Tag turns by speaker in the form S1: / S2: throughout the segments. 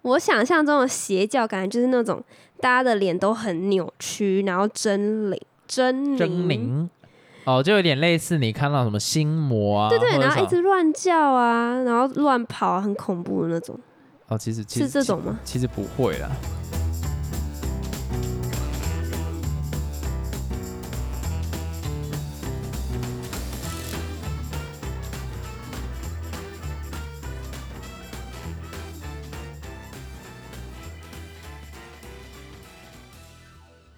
S1: 我想象中的邪教，感觉就是那种大家的脸都很扭曲，然后狰狞、狰狞、
S2: 狰狞。哦，就有点类似你看到什么心魔啊，
S1: 对对，
S2: 或者
S1: 然后一
S2: 什么
S1: 直乱叫啊，然后乱跑、啊，很恐怖的那种，
S2: 哦，其实其实
S1: 是这种吗？
S2: 其实不会啦。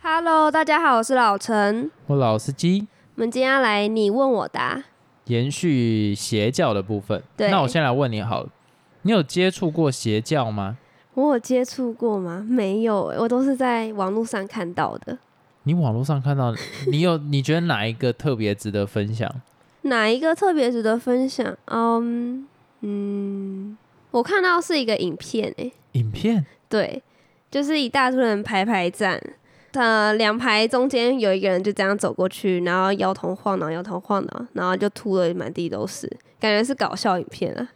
S1: Hello，大家好，我是老陈。
S2: 我老司机
S1: 我们今天要来你问我答，
S2: 延续邪教的部分，
S1: 对
S2: 那我先来问你好了，你有接触过邪教吗？
S1: 我有接触过吗？没有、欸，我都是在网络上看到的。
S2: 你网络上看到， 你有你觉得哪一个特别值得分享？
S1: 哪一个特别值得分享？嗯嗯，我看到是一个影片欸诶、
S2: 影片
S1: 对，就是一大堆人排排站，呃，两排中间有一个人就这样走过去，然后摇头晃脑，摇头晃脑，然后就吐了满地都是，感觉是搞笑影片啊。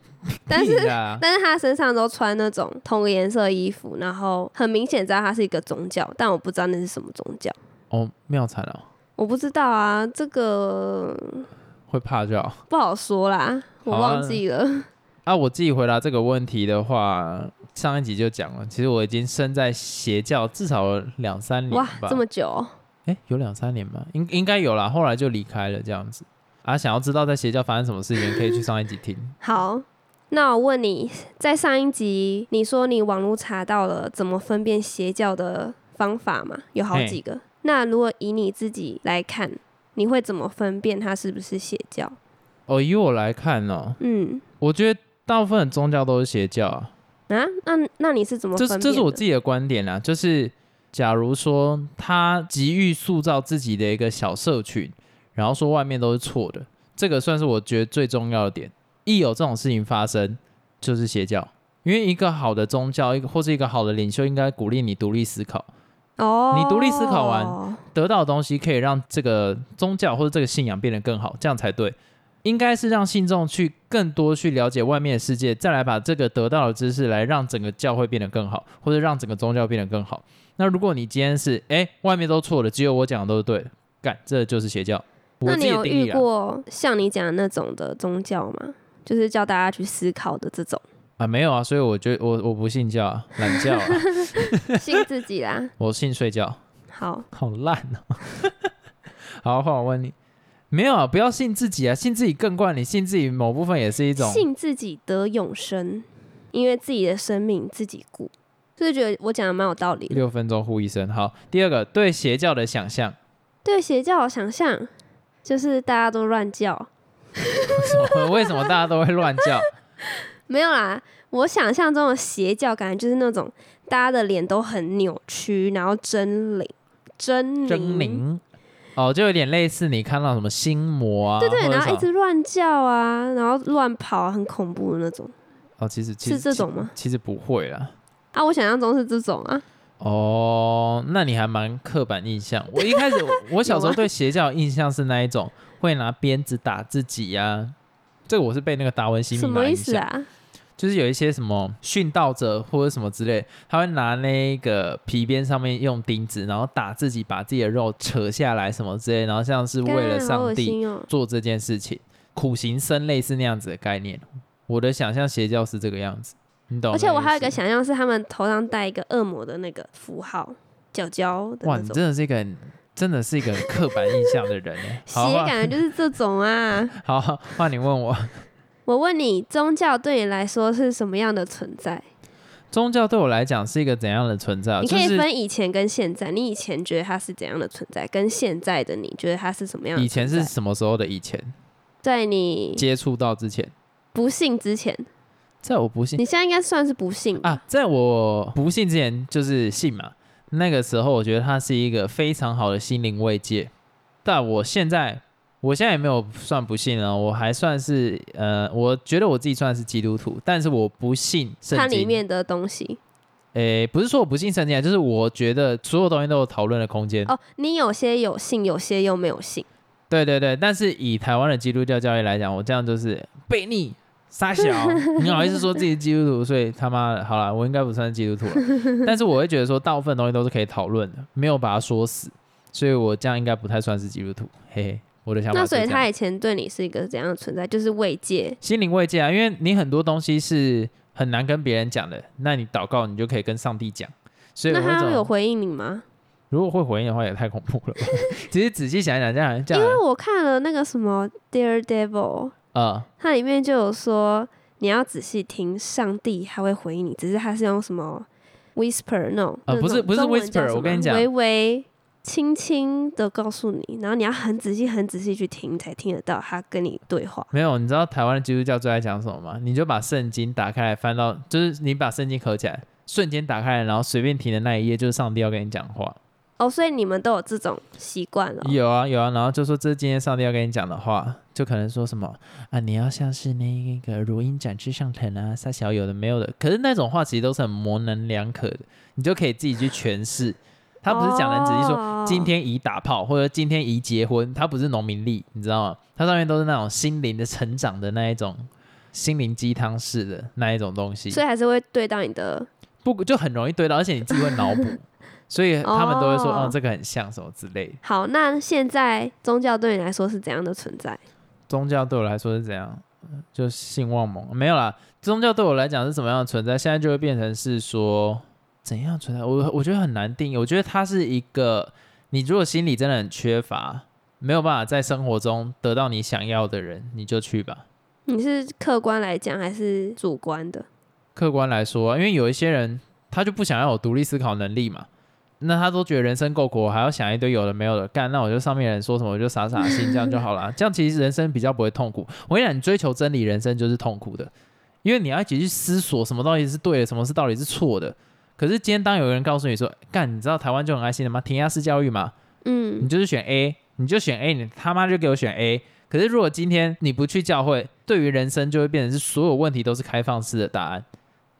S1: 但是
S2: 屁啦
S1: 但是他身上都穿那种同个颜色的衣服，然后很明显知道他是一个宗教，但我不知道那是什么宗教，
S2: 哦，妙惨哦，
S1: 我不知道啊，这个
S2: 会怕就好。
S1: 不好说啦，我
S2: 好啊
S1: 忘记了。
S2: 啊，我自己回答这个问题的话，上一集就讲了，其实我已经身在邪教至少有两三年
S1: 哇
S2: 吧，，
S1: 这么久哦、
S2: 哎，有两三年吧，应应该有啦，后来就离开了这样子。啊，想要知道在邪教发生什么事情，可以去上一集听。
S1: 好，那我问你，在上一集你说你网络查到了怎么分辨邪教的方法嘛？有好
S2: 嘿
S1: 几个。那如果以你自己来看，你会怎么分辨它是不是邪教？
S2: 哦，以我来看哦，
S1: 嗯
S2: 我觉得大部分的宗教都是邪教啊，
S1: 啊，那那你是怎么
S2: 这
S1: 分辨
S2: 是这是我
S1: 的
S2: 自己的观点啦，就是假如说他急于塑造自己的一个小社群，然后说外面都是错的，这个算是我觉得最重要的点。一有这种事情发生，就是邪教，因为一个好的宗教，一个或是一个好的领袖，应该鼓励你独立思考。
S1: 哦，
S2: 你独立思考完，得到的东西可以让这个宗教或者这个信仰变得更好，这样才对。应该是让信众去更多去了解外面的世界，再来把这个得到的知识来让整个教会变得更好，或者让整个宗教变得更好。那如果你今天是哎、诶外面都错的，只有我讲的都是对的，干这就是邪教。我
S1: 那
S2: 自
S1: 你
S2: 己
S1: 有
S2: 的定义
S1: 遇
S2: 啊
S1: 过像你讲的那种的宗教吗？就是叫大家去思考的这 种，
S2: 啊没有啊，所以我觉得我我不信教、啊，懒教、啊，
S1: 信自己啦。
S2: 我信睡觉。
S1: 好，
S2: 好烂哦、 好，换我问你，没有啊？不要信自己啊，信自己更怪你，信自己某部分也是一种
S1: 信自己得永生，因为自己的生命自己顾，就是觉得我讲的蛮有道理的。
S2: 六分钟呼一声。好，第二个对邪教的想象，
S1: 对邪教的想象就是大家都乱叫，
S2: 什么为什么大家都会乱叫？
S1: 没有啦。我想象中的邪教感觉就是那种大家的脸都很扭曲，然后狰狞、狰狞、
S2: 狰狞哦，就有点类似你看到什么心魔啊，
S1: 对对，
S2: 或者
S1: 然后一
S2: 什么
S1: 直乱叫啊，然后乱跑、啊，很恐怖的那种，
S2: 哦，其实其实
S1: 是这种吗？
S2: 其，其实不会啦。
S1: 啊，我想象中是这种啊，
S2: 哦，那你还蛮刻板印象。我一 开始我小时候对邪教的印象是那一种会拿鞭子打自己呀、这个我是被那个达文西密
S1: 什
S2: 码
S1: 么
S2: 影
S1: 意思
S2: 响。
S1: 啊？
S2: 就是有一些什么殉道者或者什么之类，他会拿那个皮鞭上面用钉子，然后打自己，把自己的肉扯下来什么之类，然后像是为了
S1: 干好
S2: 上
S1: 恶
S2: 帝
S1: 心哦、
S2: 做这件事情，苦行僧类似那样子的概念。我的想象邪教是这个样子，你懂？
S1: 而且我还有一个
S2: 想，
S1: 想象是，他们头上戴一个恶魔的那个符号，角角的
S2: 哇，
S1: 那
S2: 你
S1: 种。
S2: 真的是一个很真的是一个很刻板印象的人欸
S1: 邪
S2: 好，换
S1: 感觉 就是这种啊！
S2: 好， 换你问我，
S1: 我问你，宗教对你来说是什么样的存在？
S2: 宗教对我来讲是一个怎样的存在？
S1: 你
S2: 啊就
S1: 可以
S2: 是
S1: 分以前跟现在。你以前觉得它是怎样的存在，跟现在的你觉得它是什么样的
S2: 以
S1: 存
S2: 前
S1: 在？
S2: 是什么时候的以前？
S1: 在你
S2: 接触到之前，
S1: 不信之前，
S2: 在我不信。
S1: 你现在应该算是不信吧？
S2: 啊，在我不信之前就是信嘛，那个时候我觉得它是一个非常好的心灵慰藉。但我现在，我现在也没有算不信啊，我还算是呃，我觉得我自己算是基督徒，但是我不信圣
S1: 它
S2: 经。
S1: 里面的东西
S2: 诶，不是说我不信圣经啊，就是我觉得所有东西都有讨论的空间。
S1: 哦，你有些有信，有些又没有信。
S2: 对对对，但是以台湾的基督教教育来讲，我这样就是悖逆、傻小，你好意思说自己是基督徒，所以他妈的，好了，我应该不算是基督徒了。但是我会觉得说，大部分东西都是可以讨论的，没有把它说死，所以我这样应该不太算是基督徒。嘿嘿，我的想法
S1: 那
S2: 是这
S1: 所以
S2: 样。
S1: 他以前对你是一个怎样的存在？就是慰藉，
S2: 心灵慰藉啊，因为你很多东西是很难跟别人讲的，那你祷告你就可以跟上帝讲。所以我
S1: 那
S2: 会
S1: 他
S2: 怎
S1: 有
S2: 么？
S1: 回应你吗？
S2: 如果会回应的话，也太恐怖了吧。 其实仔细想一想，这样这样
S1: 因为我看了那个什么《Daredevil》，
S2: 啊、
S1: 它里面就有说你要仔细听，上帝还会回应你，只是他是用什么 whisper 那种
S2: 呃
S1: 那
S2: 不是
S1: 种
S2: 不是
S1: 中文叫
S2: whisper，
S1: 什
S2: 我跟
S1: 么
S2: 你讲
S1: 微微轻轻的告诉你，然后你要很仔细、很仔细去听，才听得到他跟你对话。
S2: 没有，你知道台湾的基督教最爱讲什么吗？你就把圣经打开来翻到，就是你把圣经合起来，瞬间打开来，然后随便停的那一页就是上帝要跟你讲话。
S1: 哦，所以你们都有这种习惯了。
S2: 有啊有啊，然后就说这是今天上帝要跟你讲的话，就可能说什么啊，你要像是那个如鹰展翅上腾啊，撒小有的没有的。可是那种话其实都是很模棱两可的，你就可以自己去诠释。他不是讲的很仔细说
S1: 哦
S2: 今天宜打炮或者今天宜结婚，它不是农民历，你知道吗？它上面都是那种心灵的成长的那一种心灵鸡汤式的那一种东西，
S1: 所以还是会对到你的
S2: 不就很容易对到，而且你自己会脑补，所以他们都会说
S1: 哦
S2: 哦这个很像什么之类的。
S1: 好。那现在宗教对你来说是怎样的存在？
S2: 宗教对我来说是怎样？就性望盟没有啦。宗教对我来讲是怎么样的存在？现在就会变成是说怎样存在？我我觉得很难定义。我觉得它是一个，你如果心里真的很缺乏，没有办法在生活中得到你想要的人，你就去吧。
S1: 你是客观来讲还是主观的？
S2: 客观来说啊、因为有一些人他就不想要有独立思考能力嘛，那他都觉得人生够苦，我还要想一堆有的没有的干，那我就上面人说什么我就傻傻信，这样就好啦。这样其实人生比较不会痛苦。我跟你讲，你追求真理，人生就是痛苦的，因为你要一起去思索什么到底是对的，什么是到底是错的。可是今天当有人告诉你说，干，你知道台湾就很爱心的吗？填鸭式教育嘛，
S1: 嗯
S2: 你，就是选 A，你就选 A，你他妈就给我选 A。可是如果今天你不去教会，对于人生就会变成是所有问题都是开放式的答案，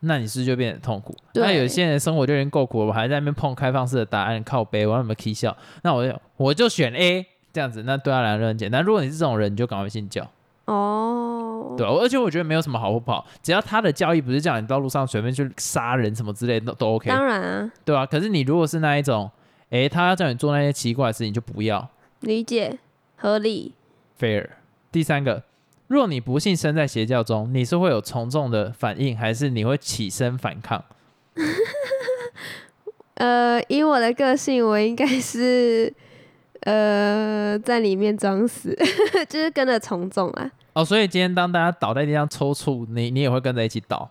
S2: 那你是不是就变得很痛苦。
S1: 对
S2: 那有些人生活就已经够苦了，我还在那边碰开放式的答案，靠背，我要怎么 k 笑？那我就我就选 A 这样子，那对他来说很简单。如果你是这种人，你就赶快信教，
S1: 哦，
S2: 对吧、而且我觉得没有什么好或不好，只要他的教义不是叫你到路上随便去杀人什么之类的，都都 OK，
S1: 当然啊，
S2: 对吧、可是你如果是那一种，诶，他要叫你做那些奇怪的事情，你就不要。
S1: 理解合理。
S2: fair。第三个，若你不幸身在邪教中，你是会有从众的反应，还是你会起身反抗？
S1: 呃，以我的个性，我应该是呃在里面装死， 就是跟着从众啊。
S2: 哦，所以今天当大家倒在地上抽搐，你你也会跟着一起倒。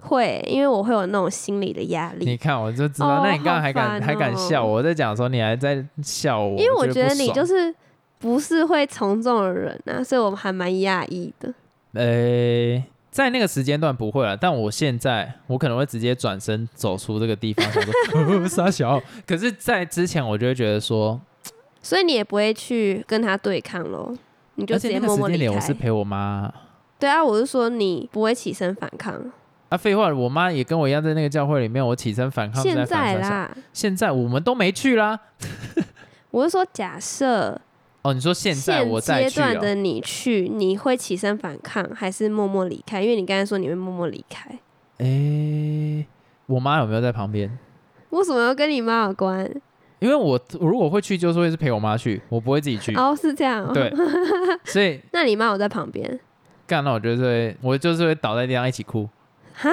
S1: 会，因为我会有那种心理的压
S2: 你
S1: 力，
S2: 看，我就知道。
S1: 哦
S2: 那你刚刚还敢、
S1: 好烦哦
S2: 还敢笑我？我在讲的时候，你还在笑我，
S1: 因为我
S2: 觉，
S1: 觉得你就是是不是会从众的人啊，所以我还蛮压抑的。
S2: 呃，在那个时间段不会了，但我现在我可能会直接转身走出这个地方，想说 呃傻小。可是，在之前我就会觉得说，
S1: 所以你也不会去跟他对抗咯，你就
S2: 而
S1: 直接
S2: 且那个
S1: 默
S2: 时
S1: 默
S2: 间
S1: 离
S2: 点
S1: 开
S2: 我。是陪我妈。
S1: 对啊，我是说你不会起身反抗。
S2: 啊，废话，我妈也跟我一样在那个教会里面，我起身反抗是
S1: 现
S2: 在反
S1: 在
S2: 抗上。
S1: 啦，
S2: 现在我们都没去啦。
S1: 我是说假设
S2: 哦，你说现在
S1: 现
S2: 我再
S1: 阶
S2: 去、
S1: 段
S2: 哦，
S1: 的你去，你会起身反抗还是默默离开？因为你刚才说你会默默离开，
S2: 诶，我妈有没有在旁边？
S1: 为什么要跟你妈有关？
S2: 因为我我如果会去，就是会是陪我妈去，我不会自己去。
S1: 哦，是这样、哦。
S2: 对，所以
S1: 那你妈有在旁边，
S2: 干了，我就是会，我就是会倒在地上一起哭。
S1: 哈？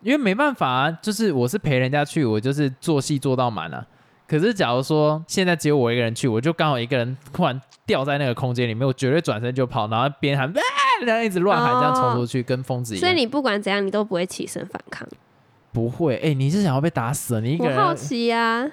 S2: 因为没办法啊，就是我是陪人家去，我就是做戏做到满啊。可是假如说现在只有我一个人去，我就刚好一个人突然掉在那个空间里面，我绝对转身就跑，然后边喊啊，然后一直乱喊，这样冲出去，跟疯子一样。
S1: 哦所以你不管怎样，你都不会起身反抗。
S2: 不会，哎、你是想要被打死的，你一个
S1: 我好
S2: 人。
S1: 奇呀、啊，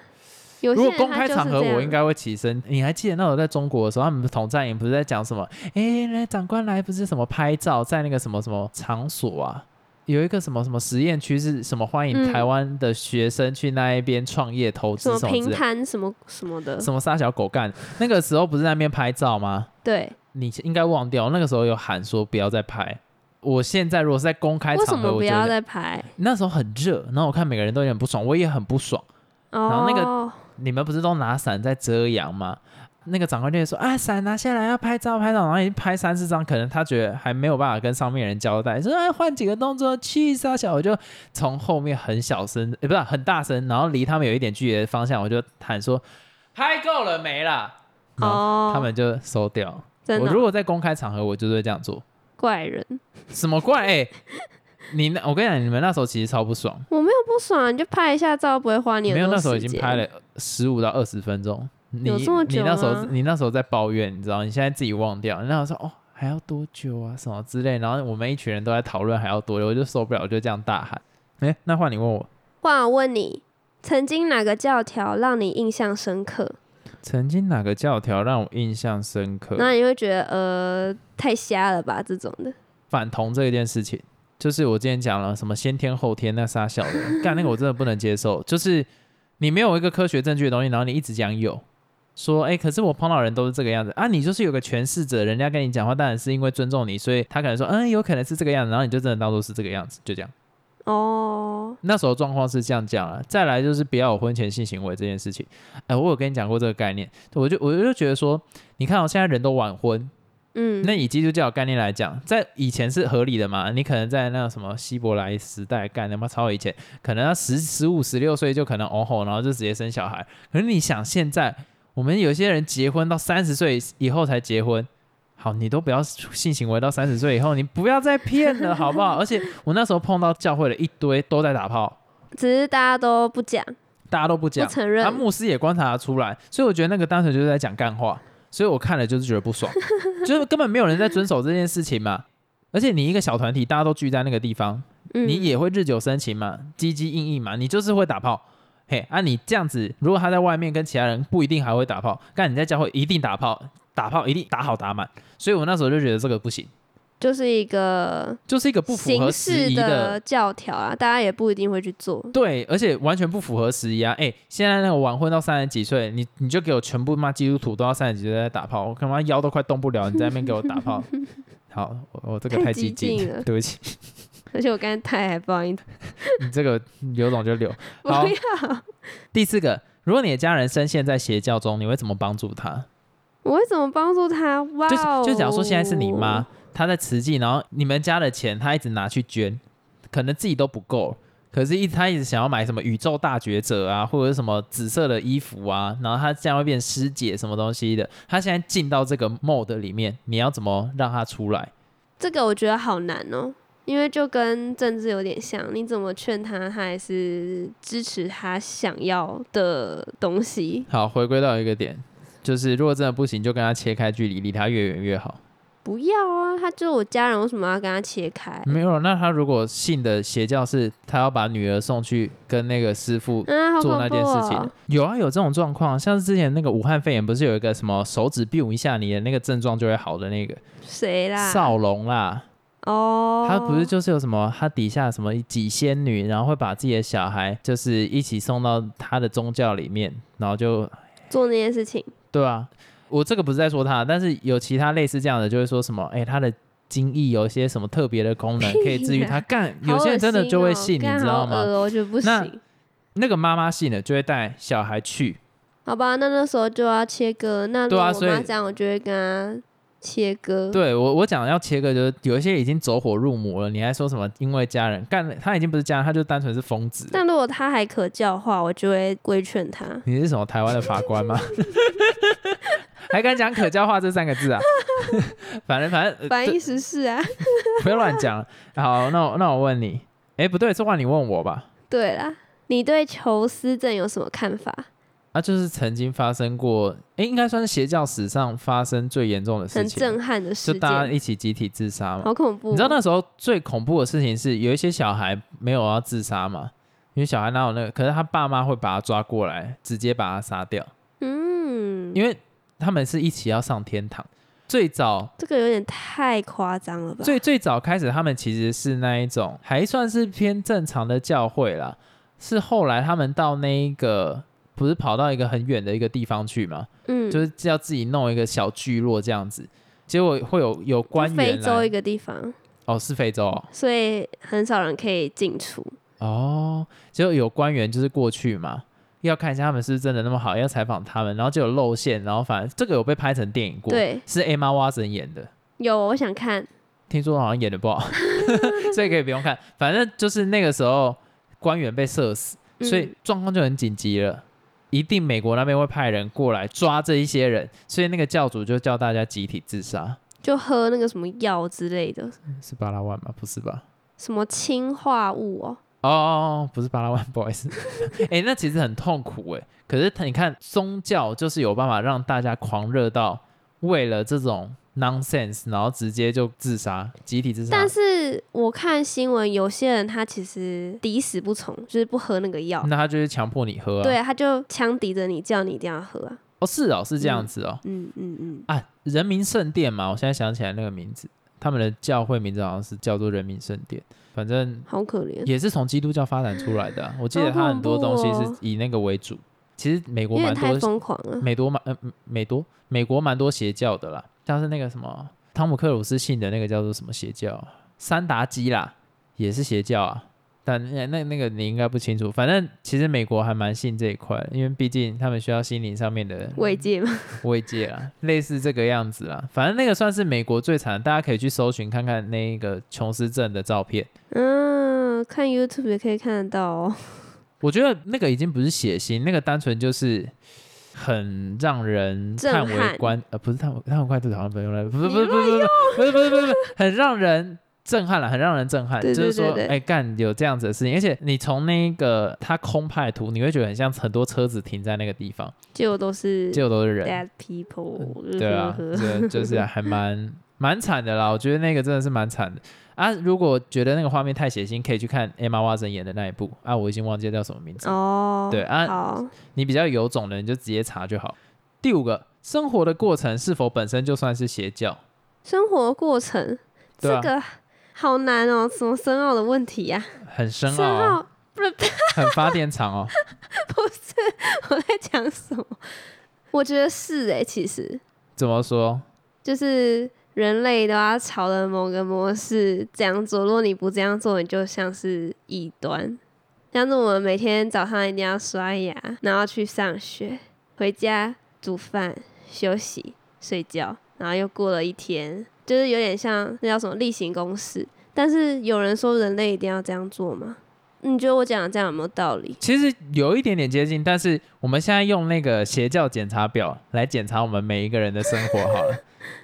S1: 有
S2: 如
S1: 些人
S2: 果公
S1: 他
S2: 开
S1: 就
S2: 场
S1: 是
S2: 合，
S1: 这样
S2: 我应该会起身。你还记得那时候在中国的时候，他们统战营不是在讲什么？哎、来长官来，不是什么拍照，在那个什么什么场所啊，有一个什么什么实验区，是什么欢迎
S1: 嗯
S2: 台湾的学生去那一边创业投
S1: 什
S2: 资
S1: 么
S2: 什么之
S1: 平
S2: 类的，
S1: 摊什么什么的，
S2: 什么杀小狗干。那个时候不是在那边拍照吗？
S1: 对，
S2: 你应该忘掉，那个时候有喊说不要再拍。我现在如果是在公开
S1: 为
S2: 场合，
S1: 什么
S2: 我
S1: 不
S2: 觉
S1: 要
S2: 得
S1: 再排？
S2: 那时候很热，然后我看每个人都有点不爽，我也很不爽。
S1: 哦，
S2: 后那个你们不是都拿伞在遮阳吗？那个长官就会说啊，伞拿下来要拍照拍照，然后已经拍三四张，可能他觉得还没有办法跟上面人交代，说啊换几个动作，气杀小，我就从后面很小声，也、不是很大声，然后离他们有一点距离的方向，我就喊说拍够了没啦，然后
S1: 哦，
S2: 他们就收掉。
S1: 真
S2: 我
S1: 的
S2: 如
S1: 哦
S2: 果在公开场合，我就会这样做。
S1: 怪人，
S2: 什么怪？哎、你那我跟你讲，你们那时候其实超不爽，
S1: 我没有不爽，你就拍一下照，不会花你
S2: 没有
S1: 很多
S2: 那时候已
S1: 时
S2: 经
S1: 间
S2: 拍了十五到二十分钟。你
S1: 有这么
S2: 你
S1: 久
S2: 那时候
S1: 吗
S2: 你那时候在抱怨，你知道？你现在自己忘掉。你那时候说哦还要多久啊什么之类，然后我们一群人都在讨论还要多久，我就受不了，我就这样大喊。哎、那换你问我，
S1: 换我问你，曾经哪个教条让你印象深刻？
S2: 曾经哪个教条让我印象深刻？
S1: 然后你会觉得呃太瞎了吧这种的，
S2: 反同这一件事情，就是我之前讲了什么先天后天那傻小的，干那个我真的不能接受。就是你没有一个科学证据的东西，然后你一直讲有，说哎、诶可是我碰到的人都是这个样子啊，你就是有个诠释者，人家跟你讲话当然是因为尊重你，所以他可能说嗯有可能是这个样子，然后你就真的当做是这个样子，就这样。
S1: 哦，
S2: 那时候状况是这样讲了，再来就是不要有婚前性行为这件事情。哎、我有跟你讲过这个概念，我就我就觉得说，你看哦、现在人都晚婚，
S1: 嗯，
S2: 那以基督教的概念来讲，在以前是合理的嘛？你可能在那个什么希伯来时代干他妈超以前，可能要十十五十六岁就可能哦吼，然后就直接生小孩。可是你想现在，我们有些人结婚到三十岁以后才结婚，好，你都不要性行为到三十岁以后，你不要再骗了，好不好？ 而且我那时候碰到教会的一堆都在打炮，
S1: 只是大家都不讲，
S2: 大家都不
S1: 不
S2: 讲，
S1: 承
S2: 他
S1: 认，
S2: 牧师也观察得出来，所以我觉得那个单纯就是在讲干话，所以我看了就是觉得不爽， 就是根本没有人在遵守这件事情嘛。而且你一个小团体，大家都聚在那个地方，
S1: 嗯
S2: 你也会日久生情嘛，积极应应嘛，你就是会打炮。嘿，啊，你这样子，如果他在外面跟其他人不一定还会打炮，但你在教会一定打炮，打炮一定打好打满。所以我那时候就觉得这个不行，
S1: 就是一个
S2: 就是一个不符合
S1: 形
S2: 时
S1: 式
S2: 宜
S1: 的教条啊，大家也不一定会去做。
S2: 对，而且完全不符合时宜啊！哎、现在那个晚婚到三十几岁，你你就给我全部骂基督徒都要三十几岁在打炮，我他妈腰都快动不了，你在那边给我打 炮。好，我我这个
S1: 太
S2: 太
S1: 激
S2: 激进
S1: 进了
S2: 对不起，
S1: 而且我刚才太还不好意思，
S2: 你这个刘总就留。
S1: 不
S2: 好，
S1: 要，
S2: 第四个，如果你的家人深陷在邪教中，你会怎么帮助他？
S1: 我会怎么帮助他？哇、
S2: 就是
S1: 哦，
S2: 就假如说现在是你妈，，她在慈济，然后你们家的钱她一直拿去捐，可能自己都不够，可是一直她一直想要买什么宇宙大觉者啊，或者是什么紫色的衣服啊，然后她这样会变师姐什么东西的，她现在进到这个 mode 里面，你要怎么让她出来？
S1: 这个我觉得好难哦，因为就跟政治有点像，你怎么劝他，他还是支持他想要的东西，
S2: 好，回归到一个点，就是如果真的不行，就跟她切开距离，离她越远越好。
S1: 不要啊，他就是我家人，为什么要跟他切开？
S2: 没有，那她如果信的邪教是她要把女儿送去跟那个师傅
S1: 啊，好恐怖哦！
S2: 嗯做那件事情。有啊，有这种状况，像是之前那个武汉肺炎，不是有一个什么手指 biu 一下，你的那个症状就会好的那个
S1: 谁啦？
S2: 少龙啦，
S1: 啊哦，
S2: 他不是就是有什么他底下什么几仙女，然后会把自己的小孩就是一起送到他的宗教里面，然后就
S1: 做那件事情，
S2: 对啊，我这个不是在说他，但是有其他类似这样的，就会说什么哎、他的。精液有一些什么特别的功能，可以 治愈他。干，有些人真的就会信，
S1: 好恶心哦
S2: 你知道
S1: 干好
S2: 吗？
S1: 恶我觉得不
S2: 那
S1: 行。
S2: 那个妈妈信了，就会带小孩去，
S1: 好吧，那那时候就要切割。那如
S2: 对
S1: 果
S2: 啊
S1: 我
S2: 所以
S1: 妈这样，我就会跟她切割。
S2: 对我，我讲要切割，就是有一些已经走火入魔了，你还说什么因为家人干了？他已经不是家人，他就单纯是疯子。
S1: 但如果她还可教的话，我就会规劝她。
S2: 你是什么台湾的法官吗？ 还敢讲可教化这三个字啊？ 反正反正、呃
S1: 反映时事啊，
S2: 不要乱讲。好，那我那我问你，哎、不对，这话你问我吧。
S1: 对啦，你对求思症有什么看法？
S2: 啊，就是曾经发生过，哎、应该算是邪教史上发生最严重的事
S1: 很
S2: 情，
S1: 震撼的
S2: 就
S1: 事
S2: 大家
S1: 件，
S2: 一起集体自杀嘛。
S1: 好恐怖哦。
S2: 你知道那时候最恐怖的事情是，有一些小孩没有要自杀嘛，因为小孩哪有那个，可是他爸妈会把他抓过来，直接把他杀掉，
S1: 嗯，
S2: 因为他们是一起要上天堂。最早
S1: 这个有点太夸张了吧？
S2: 最最早开始，他们其实是那一种还算是偏正常的教会啦，是后来他们到那一个。不是跑到一个很远的一个地方去嘛，
S1: 嗯，
S2: 就是要自己弄一个小聚落这样子，结果会有有官
S1: 就非
S2: 员
S1: 洲
S2: 来
S1: 一个地方，
S2: 哦，是非洲哦，
S1: 所以很少人可以进出。
S2: 哦，就有官员就是过去嘛，要看一下他们是不是真的那么好，要采访他们，然后就有露馅，然后反正这个有被拍成电影过，，
S1: 对，
S2: 是 Emma Watson 演的，
S1: 有我想看，
S2: 听说好像演的不好， 所以可以不用看。反正就是那个时候官员被射死，
S1: 嗯
S2: 所以状况就很紧急了。一定美国那边会派人过来抓这一些人，所以那个教主就叫大家集体自杀，
S1: 就喝那个什么药之类的，
S2: 是巴拉万吗？不是吧？
S1: 什么氰化物哦，
S2: 哦哦，哦不是巴拉万， 不好意思。哎、那其实很痛苦哎、可是你看，宗教就是有办法让大家狂热到为了这种 nonsense，然后直接就自杀，集体自杀。
S1: 但是我看新闻，有些人他其实抵死不从，就是不喝那个药。
S2: 那他就是强迫你嗯喝啊。
S1: 对，他就强抵着你，叫你一定要喝啊。
S2: 哦，是哦，是这样子哦。
S1: 嗯嗯嗯，
S2: 啊，人民圣殿嘛，我现在想起来那个名字，他们的教会名字好像是叫做人民圣殿，反正
S1: 好可怜。
S2: 也是从基督教发展出来的啊、我记得它很多东西
S1: 好恐怖
S2: 是
S1: 哦
S2: 以那个为主。其实美国
S1: 因为
S2: 蛮
S1: 太
S2: 多
S1: 疯狂了，
S2: 美多蛮呃美多美国蛮多邪教的啦，像是那个什么汤姆克鲁斯信的那个叫做什么邪教啊，三达基啦，也是邪教啊。但那那那个你应该不清楚，反正其实美国还蛮信这一块的，因为毕竟他们需要心灵上面的
S1: 慰藉嘛。
S2: 慰藉啦，类似这个样子啦。反正那个算是美国最惨的，大家可以去搜寻看看那个琼斯镇的照片。
S1: 嗯，看 YouTube 也可以看得到哦。
S2: 我觉得那个已经不是血腥，那个单纯就是很让人
S1: 震
S2: 叹
S1: 撼
S2: 为观，呃，不是叹为叹为观止，好像不用了，不是不是不是不是不是不是不是，很让人。震撼了，很让人震撼。
S1: 对对
S2: 就是说，
S1: 对对
S2: 哎、干有这样子的事情，而且你从那个他空拍的图，你会觉得很像很多车子停在那个地方，
S1: 结果都是
S2: 结果都是人。
S1: dead people。，
S2: 对啊这就是还蛮蛮惨的啦。我觉得那个真的是蛮惨的啊。如果觉得那个画面太血腥，可以去看 Emma Watson 演的那一部啊，我已经忘记叫什么名字。
S1: 哦，
S2: 对啊
S1: 好，
S2: 你比较有种的，你就直接查就好。第五个，生活的过程是否本身就算是邪教？
S1: 生活过程
S2: 对啊
S1: 这个好难哦，什么深奥的问题呀？
S2: 很深奥
S1: 深
S2: 哦、
S1: 奥不是
S2: 很发电厂哦。
S1: 不是，我在讲什么？我觉得是哎、其实
S2: 怎么说？
S1: 就是人类都要朝着某个模式这样做，如果你不这样做，你就像是异端。像是我们每天早上一定要刷牙，然后去上学，回家煮饭、休息、睡觉，然后又过了一天，就是有点像那叫什么例行公事。但是有人说人类一定要这样做吗？你觉得我讲的这样有没有道理？
S2: 其实有一点点接近，但是我们现在用那个邪教检查表来检查我们每一个人的生活好了，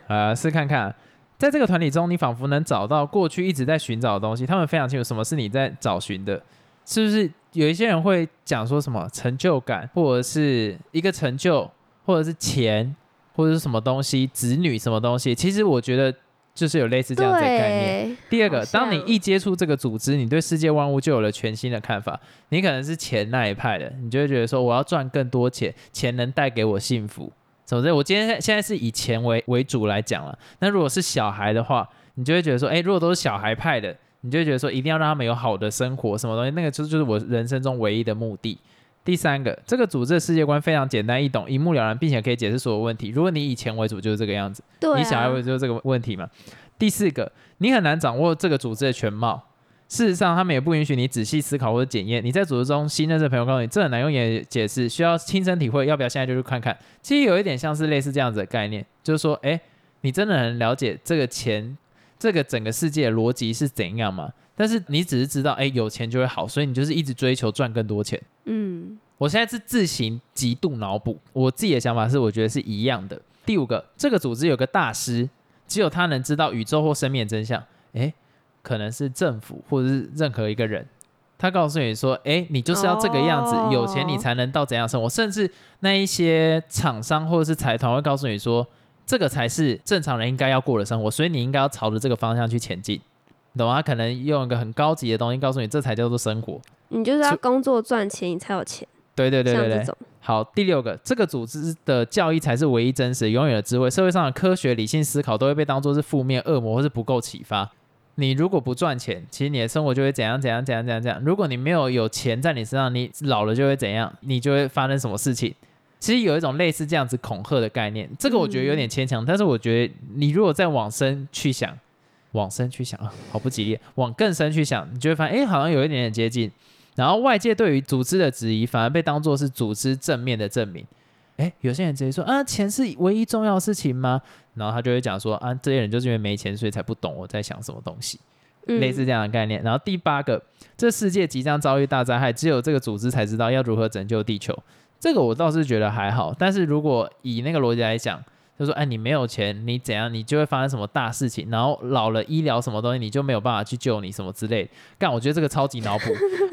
S2: 呃，试看看，在这个团体中，你仿佛能找到过去一直在寻找的东西，他们非常清楚什么是你在找寻的，是不是？有一些人会讲说什么成就感，或者是一个成就，或者是钱，或者是什么东西，子女什么东西，其实我觉得就是有类似这样子的概念。
S1: 对，
S2: 第二
S1: 好
S2: 个，当你
S1: 像
S2: 一接触这个组织，你对世界万物就有了全新的看法。你可能是钱那一派的，你就会觉得说，我要赚更多钱，钱能带给我幸福。总之，我今天现在是以钱为为主来讲了。那如果是小孩的话，你就会觉得说，哎、如果都是小孩派的，你就会觉得说，一定要让他们有好的生活，什么东西，那个就就是我人生中唯一的目的。第三个，这个组织的世界观非常简单易懂，一目了然，并且可以解释所有问题。如果你以钱为主，就是这个样子。
S1: 对、啊，
S2: 你小孩会就是这个问题嘛。第四个，你很难掌握这个组织的全貌。事实上，他们也不允许你仔细思考或者检验。你在组织中新认识的朋友告诉你，这很难用言语解释，需要亲身体会。要不要现在就去看看？其实有一点像是类似这样子的概念，就是说，哎，你真的很了解这个钱，这个整个世界的逻辑是怎样吗？但是你只是知道，哎，有钱就会好，所以你就是一直追求赚更多钱。
S1: 嗯，
S2: 我现在是自行极度脑补，我自己的想法是，我觉得是一样的。第五个，这个组织有个大师，只有他能知道宇宙或生命的真相。诶，可能是政府或者是任何一个人，他告诉你说，诶，你就是要这个样子，
S1: 哦
S2: 有钱你才能到怎样生活。甚至那一些厂商或者是财团会告诉你说，这个才是正常人应该要过的生活，所以你应该要朝着这个方向去前进。你懂吗？他可能用一个很高级的东西告诉你，这才叫做生活。
S1: 你就是要
S2: 就
S1: 工作赚钱，你才有钱。
S2: 对对对对
S1: 像
S2: 对
S1: 这。种，
S2: 好，第六个，这个组织的教义才是唯一真实、永远的智慧。社会上的科学、理性思考都会被当作是负面、恶魔或是不够启发。你如果不赚钱，其实你的生活就会怎样怎样怎样怎样怎样。如果你没有有钱在你身上，你老了就会怎样，你就会发生什么事情。其实有一种类似这样子恐吓的概念，这个我觉得有点牵强，但是我觉得你如果再往深去想，往深去想啊，好不吉利，往更深去想，你就会发现，哎、好像有一点点接近。然后外界对于组织的质疑，反而被当作是组织正面的证明。哎，有些人直接说啊，钱是唯一重要的事情吗？然后他就会讲说啊，这些人就是因为没钱，所以才不懂我在想什么东西，
S1: 嗯
S2: 类似这样的概念。然后第八个，这世界即将遭遇大灾害，只有这个组织才知道要如何拯救地球。这个我倒是觉得还好，但是如果以那个逻辑来讲，就说哎，你没有钱，你怎样，你就会发生什么大事情，然后老了医疗什么东西，你就没有办法去救你什么之类的。 干，我觉得这个超级脑补。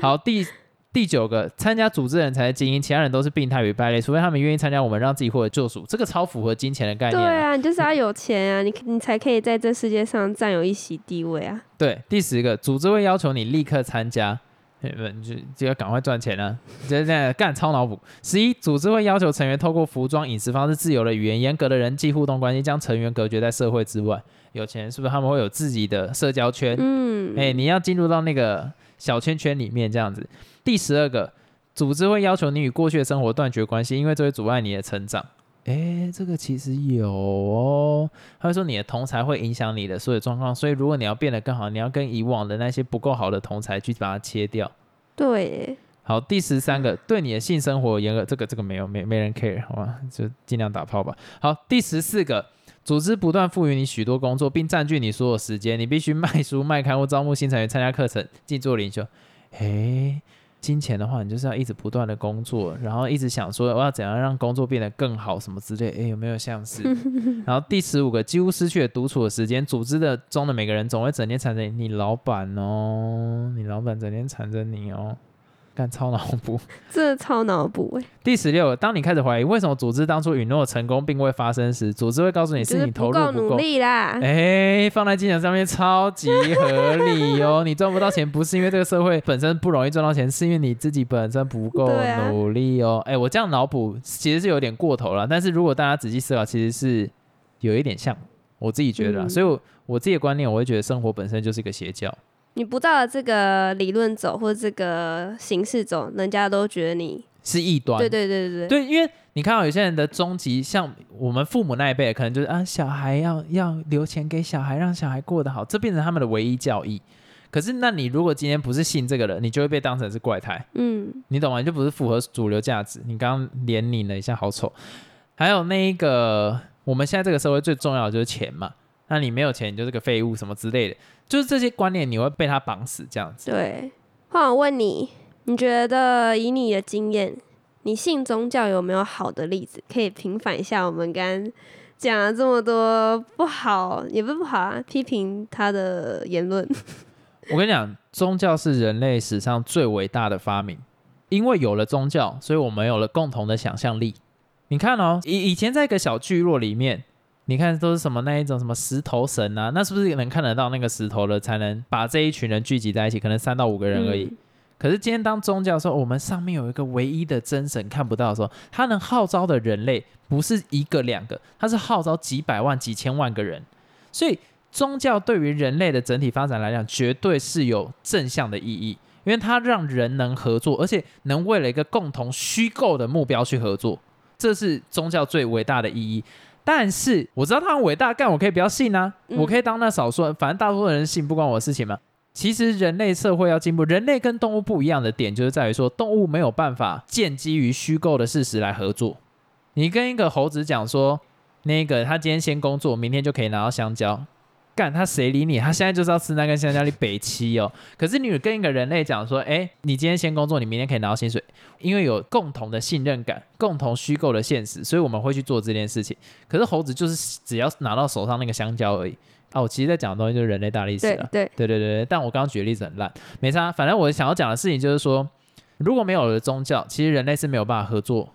S2: 好，第第九个，参加组织人才是精英，其他人都是病态与败类，除非他们愿意参加我们让自己获得救赎。这个超符合金钱的概
S1: 对
S2: 念、
S1: 啊，你就是要有钱啊，你你才可以在这世界上占有一席地位啊。
S2: 对，第十个，组织会要求你立刻参加，呃不，你就就要赶快赚钱啊， 就是这样干超脑补。十一，组织会要求成员透过服装、饮食方式、自由的语言、严格的人际互动关系，将成员隔绝在社会之外。有钱人是不是他们会有自己的社交圈？
S1: 嗯，
S2: 哎、你要进入到那个小圈圈里面这样子。第十二个，组织会要求你与过去的生活断绝关系，因为这会阻碍你的成长。哎、这个其实有哦。他会说你的同才会影响你的所有状况，所以如果你要变得更好，你要跟以往的那些不够好的同才去把它切掉。
S1: 对耶，
S2: 好，第十三个，对你的性生活有严格，这个这个没有没没人 care，好吧，就尽量打炮吧。好，第十四个，组织不断赋予你许多工作，并占据你所有时间，你必须卖书、卖刊物、招募新成员、参加课程、静坐灵修。诶，金钱的话，你就是要一直不断的工作，然后一直想说我要怎样让工作变得更好什么之类。诶，有没有像是？然后第十五个，几乎失去了独处的时间，组织的中的每个人总会整天缠着你，你老板哦，你老板整天缠着你哦。干超脑补。
S1: 这超脑补哎，
S2: 第十六，当你开始怀疑为什么组织当初允诺的成功并未发生时，组织会告诉你
S1: 就是是
S2: 你投
S1: 不
S2: 入
S1: 够
S2: 不
S1: 努
S2: 够。
S1: 力啊啦。
S2: 哎，放在金钱上面超级合理哦！你赚不到钱，不是因为这个社会本身不容易赚到钱，是因为你自己本身不够
S1: 对啊
S2: 努力哦。哎、我这样脑补其实是有点过头了，但是如果大家仔细思考，其实是有一点像我自己觉得啦。
S1: 嗯
S2: 所以我我自己的观念，我会觉得生活本身就是一个邪教。
S1: 你不照着这个理论走或者这个形式走，人家都觉得你
S2: 是异端，
S1: 对对对对对，
S2: 对，因为你看到有些人的终极，像我们父母那一辈，可能就是啊，小孩要要留钱给小孩，让小孩过得好，这变成他们的唯一教义。可是，那你如果今天不是信这个人，你就会被当成是怪胎，
S1: 嗯，
S2: 你懂吗？你就不是符合主流价值。你刚刚脸拧了一下，好丑。还有那一个，我们现在这个社会最重要的就是钱嘛。那你没有钱，你就是个废物什么之类的，就是这些观念你会被他绑死这样子。
S1: 对。换我问你，你觉得以你的经验，你信宗教有没有好的例子可以平反一下我们刚刚讲了这么多不好，也不是不好啊，批评他的言论？
S2: 我跟你讲，宗教是人类史上最伟大的发明，因为有了宗教，所以我们有了共同的想象力。你看哦，以以前在一个小聚落里面，你看都是什么那一种什么石头神啊，那是不是能看得到那个石头的，才能把这一群人聚集在一起？可能三到五个人而已。
S1: 嗯
S2: 可是今天当宗教说我们上面有一个唯一的真神看不到的时候，他能号召的人类不是一个两个，他是号召几百万、几千万个人。所以宗教对于人类的整体发展来讲，绝对是有正向的意义，因为它让人能合作，而且能为了一个共同虚构的目标去合作，这是宗教最伟大的意义。但是我知道它很伟大，但我可以不要信啊，
S1: 嗯
S2: 我可以当那少数人，反正大部分人信不关我的事情嘛。其实人类社会要进步，人类跟动物不一样的点就是在于说，动物没有办法建基于虚构的事实来合作。你跟一个猴子讲说，那个他今天先工作，明天就可以拿到香蕉，干他谁理你？他现在就是要吃那根香蕉，你北七哦。可是你跟一个人类讲说，哎，你今天先工作，你明天可以拿到薪水，因为有共同的信任感，共同虚构的现实，所以我们会去做这件事情。可是猴子就是只要拿到手上那个香蕉而已。啊，我其实在讲的东西就是人类大历史
S1: 对
S2: 了。
S1: 对，
S2: 对对对对，但我刚刚举的例子很烂，没差。啊反正我想要讲的事情就是说，如果没有了宗教，其实人类是没有办法合作，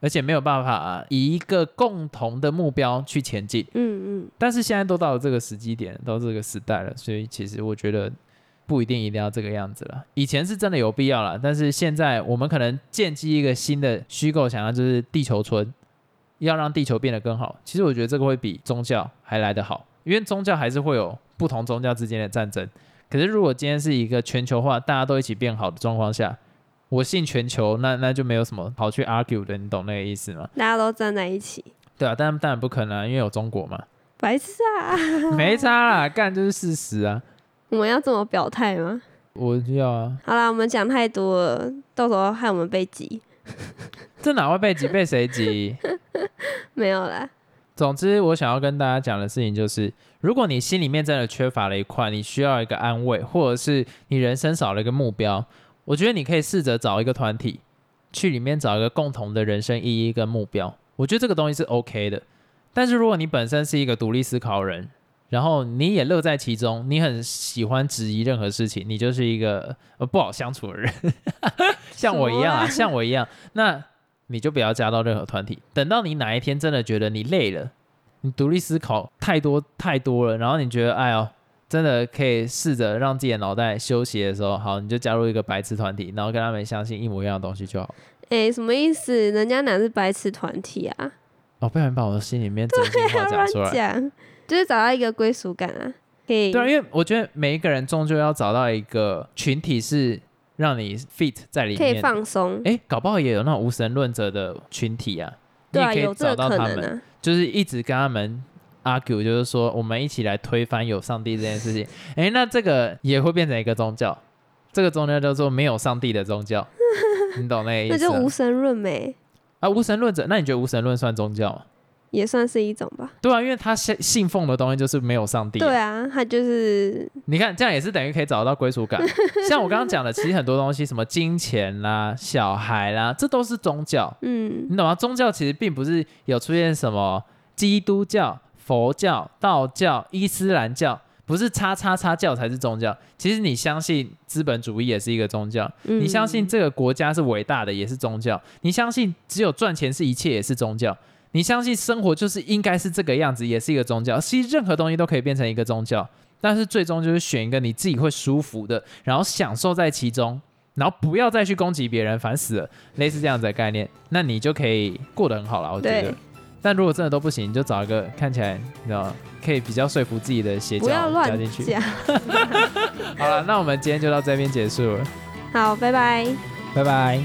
S2: 而且没有办法啊以一个共同的目标去前进。
S1: 嗯嗯，
S2: 但是现在都到了这个时机点，到这个时代了，所以其实我觉得不一定一定要这个样子了。以前是真的有必要了，但是现在我们可能建基一个新的虚构想象，就是地球村，要让地球变得更好。其实我觉得这个会比宗教还来得好，因为宗教还是会有不同宗教之间的战争。可是如果今天是一个全球化，大家都一起变好的状况下，我信全球，那那就没有什么好去 argue 的，你懂那个意思吗？
S1: 大家都站在一起，
S2: 对啊，但当然不可能啊、因为有中国嘛。
S1: 白痴啊！
S2: 没差啦，干就是事实啊。
S1: 我们要这么表态吗？
S2: 我要啊，
S1: 好啦，我们讲太多了，到时候害我们被挤。
S2: 这哪会被挤？被谁挤？
S1: 没有啦，
S2: 总之，我想要跟大家讲的事情就是，如果你心里面真的缺乏了一块，你需要一个安慰，或者是你人生少了一个目标，我觉得你可以试着找一个团体，去里面找一个共同的人生意义跟目标。我觉得这个东西是 OK 的。但是如果你本身是一个独立思考人，然后你也乐在其中，你很喜欢质疑任何事情，你就是一个呃不好相处的人， 像我一样
S1: 什么
S2: 啊，
S1: 啊
S2: 像我一样，那你就不要加到任何团体。等到你哪一天真的觉得你累了，你独立思考太多太多了，然后你觉得哎呦，真的可以试着让自己的脑袋休息的时候，好，你就加入一个白痴团体，然后跟他们相信一模一样的东西就好。
S1: 哎、什么意思？人家哪是白痴团体啊？
S2: 哦，不然把我心里面真心话讲
S1: 乱
S2: 出来。
S1: 讲，就是找到一个归属感啊，可以。
S2: 对啊，因为我觉得每一个人终究要找到一个群体是让你 fit 在里面
S1: 可
S2: 的，
S1: 以放松，
S2: 哎，搞不好也有那种无神论者的群体啊，
S1: 对
S2: 你也
S1: 啊，
S2: 可
S1: 有
S2: 以
S1: 这
S2: 找
S1: 个
S2: 到
S1: 可
S2: 他
S1: 能
S2: 们，
S1: 啊。
S2: 就是一直跟他们 argue，就是说我们一起来推翻有上帝这件事情。 哎，那这个也会变成一个宗教，这个宗教叫做没有上帝的宗 教，你懂那个意
S1: 那
S2: 思
S1: 就
S2: 啊、
S1: 无神论呗，
S2: 啊，无神论者，那你觉得无神论算宗教吗？
S1: 也算是一种吧。
S2: 对啊，因为他信信奉的东西就是没有上帝啊、
S1: 对啊，他就是
S2: 你看，这样也是等于可以找到归属感。像我刚刚讲的，其实很多东西，什么金钱啦、小孩啦，这都是宗教，
S1: 嗯，
S2: 你懂吗？宗教其实并不是有出现什么基督教、佛教、道教、伊斯兰教，不是叉叉叉教才是宗教。其实你相信资本主义也是一个宗教，
S1: 嗯
S2: 你相信这个国家是伟大的也是宗教，你相信只有赚钱是一切也是宗教。你相信生活就是应该是这个样子，也是一个宗教。其实任何东西都可以变成一个宗教，但是最终就是选一个你自己会舒服的，然后享受在其中，然后不要再去攻击别人，烦死了，类似这样子的概念，那你就可以过得很好了，我觉得
S1: 对。
S2: 但如果真的都不行，你就找一个看起来你知道可以比较说服自己的邪
S1: 不要
S2: 教加
S1: 乱
S2: 进去。
S1: 讲。
S2: 好了，那我们今天就到这边结束了，
S1: 好，拜拜。
S2: 拜拜。